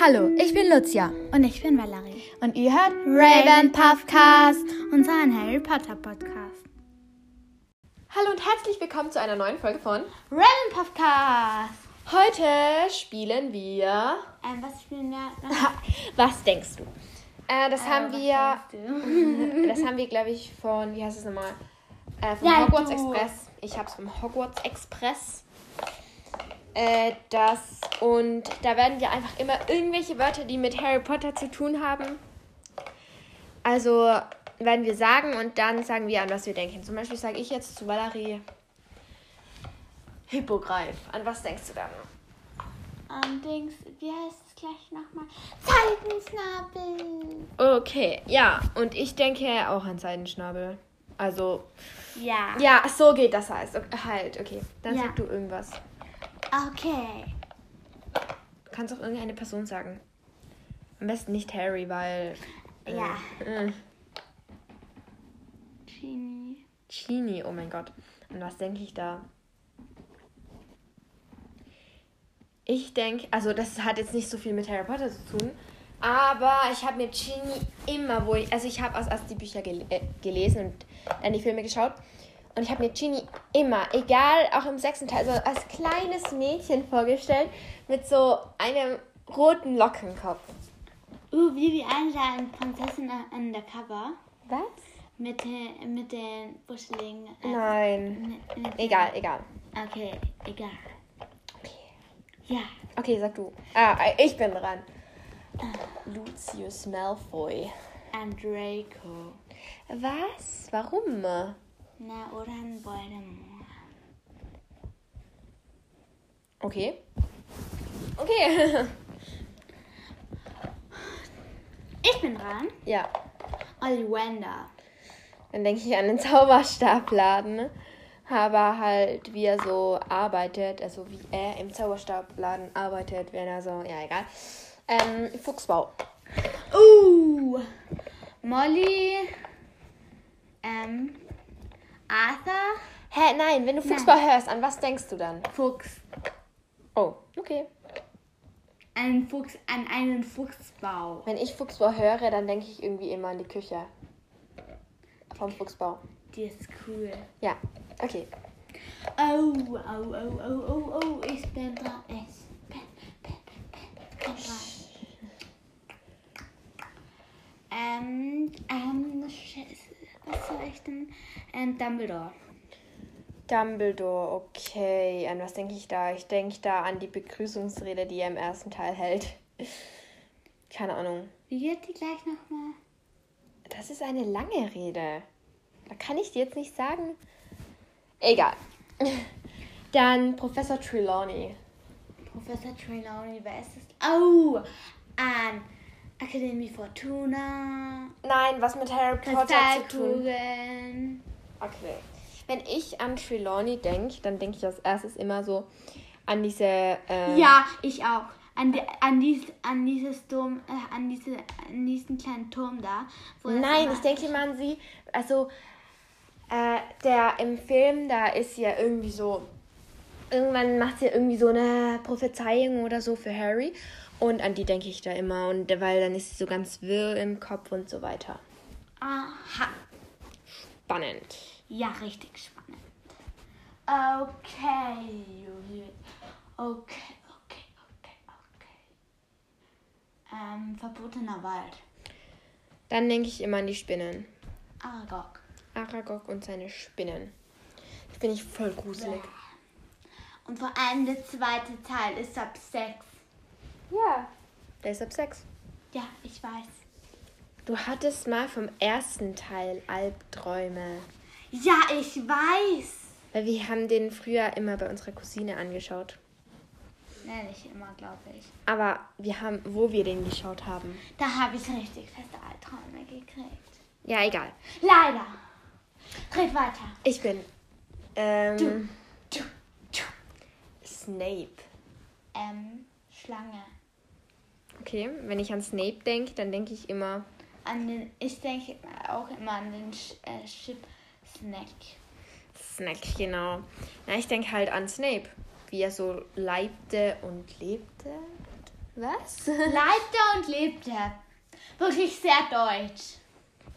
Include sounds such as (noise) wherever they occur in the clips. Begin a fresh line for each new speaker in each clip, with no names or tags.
Hallo, ich bin Lucia
Und ich bin Valerie.
und ihr hört
Ravenpuffcast, unseren Harry Potter Podcast.
Hallo und herzlich willkommen zu einer neuen Folge von
Ravenpuffcast!
Heute spielen wir.
Ähm, was spielen wir?
Was denkst du? Äh, das, haben wir,
wir.
das haben wir, glaube ich, von. Wie heißt es nochmal? Äh, vom
Ja,
Hogwarts
du.
Express. Ich habe es vom Hogwarts Express. Äh, das. Und da werden wir einfach immer irgendwelche Wörter, die mit Harry Potter zu tun haben. Also werden wir sagen und dann sagen wir, an was wir denken. Zum Beispiel sage ich jetzt zu Valerie. Hippogreif. An was denkst du dann?
Ähm, Dings, wie heißt es gleich nochmal? Zeitensnabel!
Okay, ja, und ich denke auch an Seidenschnabel. Also,
Ja.
ja, so geht das heißt. Okay, halt, okay. Dann
Ja.
sag du irgendwas.
Okay.
Du kannst auch irgendeine Person sagen. Am besten nicht Harry, weil. Äh,
Ja.
Äh,
Genie.
Chini, oh mein Gott. An was denke ich da? Ich denke, also das hat jetzt nicht so viel mit Harry Potter zu tun, aber ich habe mir Chini immer, wo ich, also ich habe erst, erst die Bücher gel äh, gelesen und dann die Filme geschaut und ich habe mir Chini immer, egal, auch im sechsten Teil, so als kleines Mädchen vorgestellt mit so einem roten Lockenkopf.
Uh, wie die eine da in Prinzessin Undercover.
Was?
Mit, den- mit den Buschelingen. äh,
Nein.
mit- mit-
Egal, egal.
Okay, egal. Ja.
Okay, sag du. Ah, ich bin dran. Lucius Malfoy.
Ein Draco.
Was? Warum?
Na, oder ein Voldemort.
Okay. Okay. (laughs)
Ich bin dran.
ja,
Ollivander.
dann denke ich an den Zauberstabladen. Aber halt, wie er so arbeitet, also wie er im Zauberstabladen arbeitet, wenn er so, ja, egal. Ähm, Fuchsbau.
Uh. Molly. Ähm. Arthur.
Hä, nein, wenn du Fuchsbau hörst, an was denkst du dann?
Fuchs.
Oh, okay.
Einen Fuchs, an einen Fuchsbau.
Wenn ich Fuchsbau höre, dann denke ich irgendwie immer an die Küche. Vom Fuchsbau.
Die ist cool.
Ja, okay.
Oh, oh, oh, oh, oh, oh. Ich bin dran. Ich bin, bin, bin, bin dran. Ähm, ähm, Scheiße. Was soll ich denn? Ähm, Dumbledore.
Dumbledore, okay. An was denke ich da? Ich denke da an die Begrüßungsrede, die er im ersten Teil hält. (laughs) Keine Ahnung.
Wie geht die gleich nochmal?
Das ist eine lange Rede. Da kann ich dir jetzt nicht sagen. Egal. (laughs) Dann Professor Trelawney.
Professor Trelawney, wer ist es? Oh, an Akademie Fortuna,
Nein, was mit Harry Potter zu tun?
Kristallkugeln.
Okay. Wenn ich an Trelawney denke, dann denke ich als erstes immer so an diese. ähm,
Ja, ich auch. An, die, an, dies, an dieses Turm, äh, an, diese, an diesen kleinen Turm da. wo das
Nein,
immer-
ich denke immer an sie. Also, äh, der im Film, da ist sie ja irgendwie so. Irgendwann macht sie irgendwie so eine Prophezeiung oder so für Harry. Und an die denke ich da immer. Und weil dann ist sie so ganz wirr im Kopf und so weiter.
Aha,
Spannend.
ja, richtig spannend. Okay, Juliet. okay, okay, okay, okay. Ähm, verbotener Wald.
Dann denke ich immer an die Spinnen.
Aragog.
Aragog und seine Spinnen. Die finde ich voll gruselig.
Und vor allem der zweite Teil ist ab 6.
Ja. Der ist ab sechs.
Ja, ich weiß.
Du hattest mal vom ersten Teil Albträume.
Ja, ich weiß.
Weil wir haben den früher immer bei unserer Cousine angeschaut.
Nein, nicht immer, glaube ich.
Aber wir haben, wo wir den geschaut haben.
Da habe ich richtig feste Albträume gekriegt.
Ja, egal.
Leider. Red weiter.
Ich bin. Ähm,
Tschu, tschu.
Snape.
Ähm, Schlange.
Okay, wenn ich an Snape denke, dann denke ich immer.
An den, ich denke auch immer an den Sch äh, Chip Snack.
Snack, genau. Na, ich denke halt an Snape. Wie er so leibte und lebte. Was? (laughs)
Leibte und lebte. Wirklich sehr deutsch.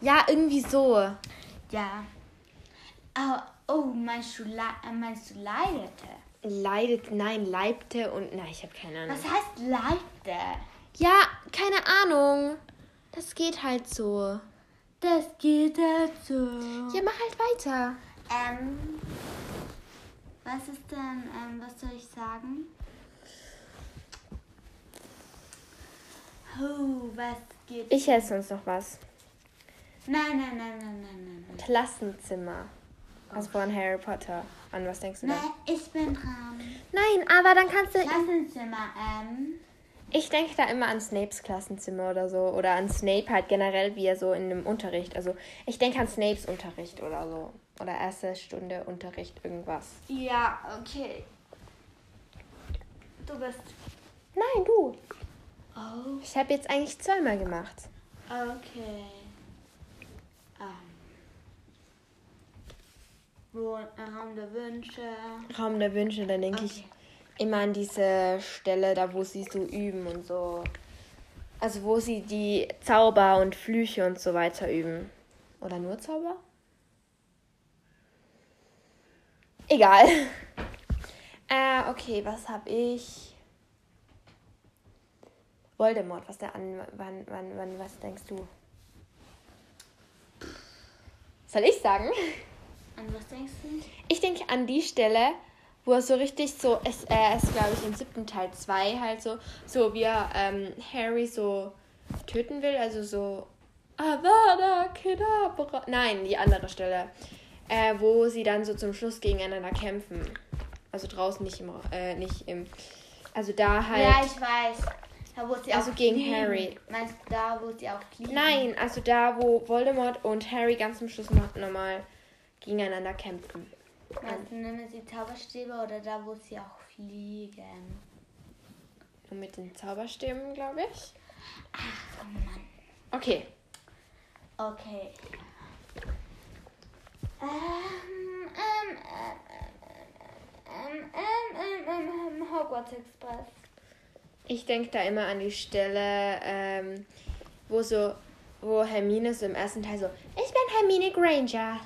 ja, irgendwie so.
Ja. Oh, oh meinst, du, lei- äh, meinst du leidete?
Leidet, nein, leibte und. Nein, ich habe keine Ahnung.
Was heißt leidte?
Ja, keine Ahnung. Das geht halt so.
Das geht dazu.
Ja, mach halt weiter.
Ähm, was ist denn, ähm, was soll ich sagen? Oh, was geht?
Ich esse uns noch was.
Nein, nein, nein, nein, nein, nein. nein.
Klassenzimmer. Also von Harry Potter. An was denkst du da?
Nein, ich bin dran.
Nein, aber dann kannst du.
Klassenzimmer, ähm.
Ich denke da immer an Snapes Klassenzimmer oder so. Oder an Snape halt generell, wie er so in dem Unterricht. Also ich denke an Snapes Unterricht oder so. Oder erste Stunde Unterricht, irgendwas.
Ja, okay. Du bist.
Nein, du.
Oh,
Ich habe jetzt eigentlich zweimal gemacht.
okay. Ähm. Wohnraum der äh, Wünsche.
Raum der Wünsche, dann denke
Okay.
ich immer an diese Stelle, da wo sie so üben und so. Also wo sie die Zauber und Flüche und so weiter üben. Oder nur Zauber? Egal. (laughs) Äh, okay, was hab ich? Voldemort, was der an. Wann, wann, wann, was denkst du? Soll ich sagen?
An was denkst du?
Ich denke an die Stelle, wo er so richtig so, es äh, ist glaube ich im siebten Teil 2 halt so, so wie er ähm, Harry so töten will, also so Avada Kedavra. Nein, die andere Stelle, äh, wo sie dann so zum Schluss gegeneinander kämpfen. Also draußen nicht im, Ra- äh, nicht im, also da halt.
Ja, ich weiß. Da, wo sie
Also
auch
gegen
fliegen.
Harry.
Meinst du da, wo sie auch fliegen?
Nein, also da, wo Voldemort und Harry ganz zum Schluss noch- nochmal gegeneinander kämpfen.
Meinst du, nehmen sie Zauberstäbe oder da, wo sie auch fliegen?
Und mit den Zauberstäben, glaube ich.
Ach, Oh Mann.
Okay.
Okay. Ähm, ähm, ähm, ähm, ähm, ähm, ähm, ähm, ähm, Hogwarts Express.
Ich denke da immer an die Stelle, ähm, wo so, wo Hermine so im ersten Teil so, ich bin Hermine Granger.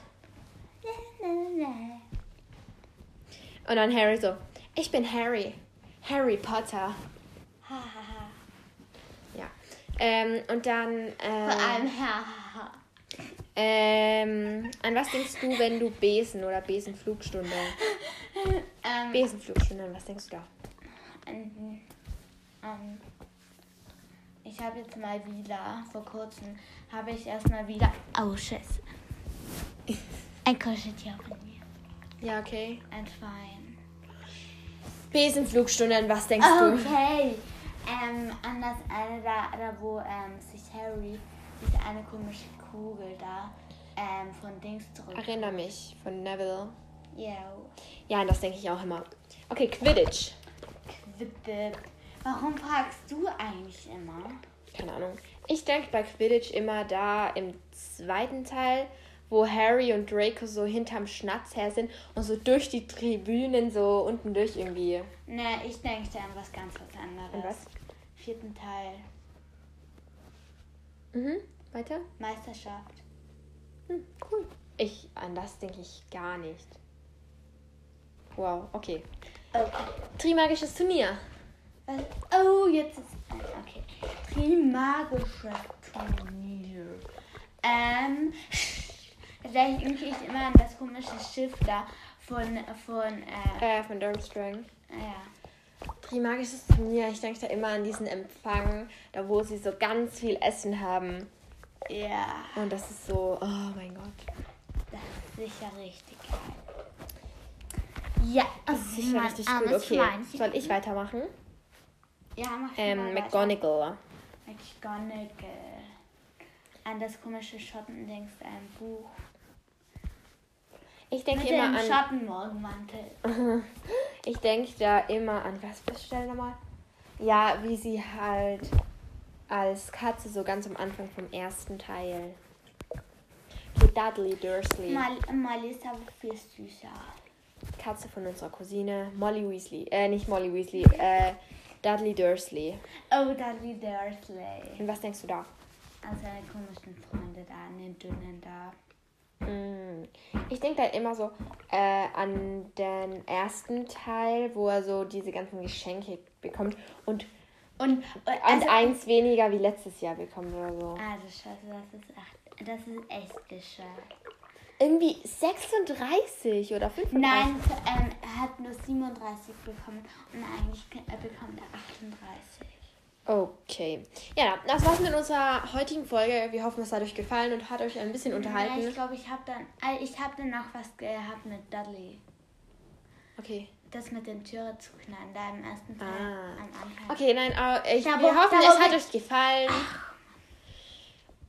Und dann Harry so, ich bin Harry. Harry Potter.
Hahaha.
Ja. Ähm, und dann,
Vor
ähm,
allem hahaha.
ähm, an was denkst du, wenn du Besen oder Besenflugstunde?
Ähm,
Besenflugstunde, an was denkst du da?
Ähm, ähm, ich habe jetzt mal wieder, vor kurzem, habe ich erstmal wieder. Oh, Scheiße. Ein Kuscheltier von mir.
Ja, okay.
Ein Schwein.
Besenflugstunde, an was denkst du?
Ah, Okay. Ähm, anders eine da, da wo ähm, sich Harry diese eine komische Kugel da ähm, von Dings zurück.
Erinnere mich von Neville.
Yeah.
Ja, an das denke ich auch immer. Okay, Quidditch.
Quibbib. Warum fragst du eigentlich immer?
keine Ahnung. Ich denke bei Quidditch immer da im zweiten Teil, wo Harry und Draco so hinterm Schnatz her sind und so durch die Tribünen so unten durch irgendwie.
Ne, ich denke da an was ganz was anderes.
An was?
Vierten Teil.
Mhm. Weiter?
Meisterschaft.
Hm, cool. Ich, an das denke ich gar nicht. Wow, okay.
Okay.
Trimagisches Turnier.
Was? Oh, jetzt ist. Okay. Trimagische Turnier. Ähm. Da denke ich immer an das komische Schiff da von. von äh,
Äh, von Durmstrang.
ja.
Trimagisches Turnier. Ich denke da immer an diesen Empfang, da wo sie so ganz viel Essen haben.
Ja.
Und das ist so, oh mein Gott.
Das ist sicher richtig geil. Ja, Hm, ah, das ist
Das war richtig gut. Okay. Soll ich weitermachen?
Ja, mach
Ähm,
mal weiter.
McGonagall.
McGonagall. An das komische Schotten-Dings, ein Buch.
Ich denke
Mit
immer
dem
an.
Schattenmorgenmantel.
Ich denke da immer an. Was was stellen nochmal? Ja, wie sie halt als Katze so ganz am Anfang vom ersten Teil. Die Dudley Dursley.
Mal, mal ist aber viel süßer.
Katze von unserer Cousine Molly Weasley. Äh, nicht Molly Weasley. Äh, Dudley Dursley.
Oh, Dudley Dursley.
Und was denkst du da?
An seine komischen Freunde da, an den Dünnen da.
Mm, Ich denke halt immer so äh, an den ersten Teil, wo er so diese ganzen Geschenke bekommt und,
Und, äh, und
und eins weniger wie letztes Jahr bekommt oder so.
Also scheiße, das ist echt, das ist echt gescheit.
Irgendwie 36 oder 35.
Nein, ähm, er hat nur 37 bekommen und eigentlich k- äh, bekommt er 38.
Okay. Ja, das war's mit unserer heutigen Folge. Wir hoffen, es hat euch gefallen und hat euch ein bisschen
Nein,
unterhalten.
ich glaube, ich habe dann, äh, ich habe dann noch was gehabt mit Dudley.
Okay.
Das mit den Türen zu knallen, da im ersten Teil
Ah.
am Anfang.
Okay, nein, aber ich,
Da, wo-
wir hoffen,
da, wo
es hat
wir-
euch gefallen.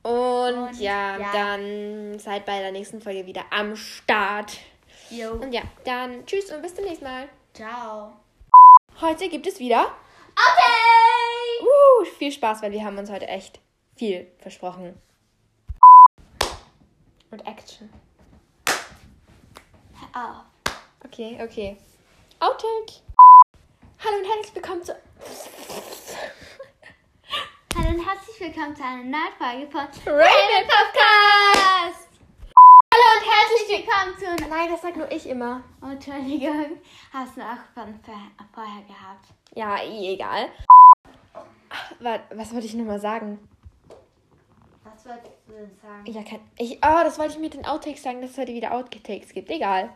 Und,
Und
ja,
ja.
dann seid bei der nächsten Folge wieder am Start.
Jo,
Und ja, dann tschüss und bis zum nächsten Mal.
ciao.
Heute gibt es wieder
Okay!
uh, viel Spaß, weil wir haben uns heute echt viel versprochen. Und Action.
Hör auf.
Okay, okay. Outtake. Hallo und herzlich willkommen zu...
Hallo und herzlich willkommen zu einer neuen Folge von
Raven Podcast!
Hallo und herzlich willkommen zu einer...
Nein, das sag nur ich immer.
Oh, Entschuldigung, hast du auch von ver- vorher gehabt.
Ja, eh, egal. Ach, wa- Was wollte ich nochmal sagen?
Was wolltest du denn sagen?
Ja, kein, ich, oh, das wollte ich mit den Outtakes sagen, dass es heute wieder Outtakes gibt. Egal.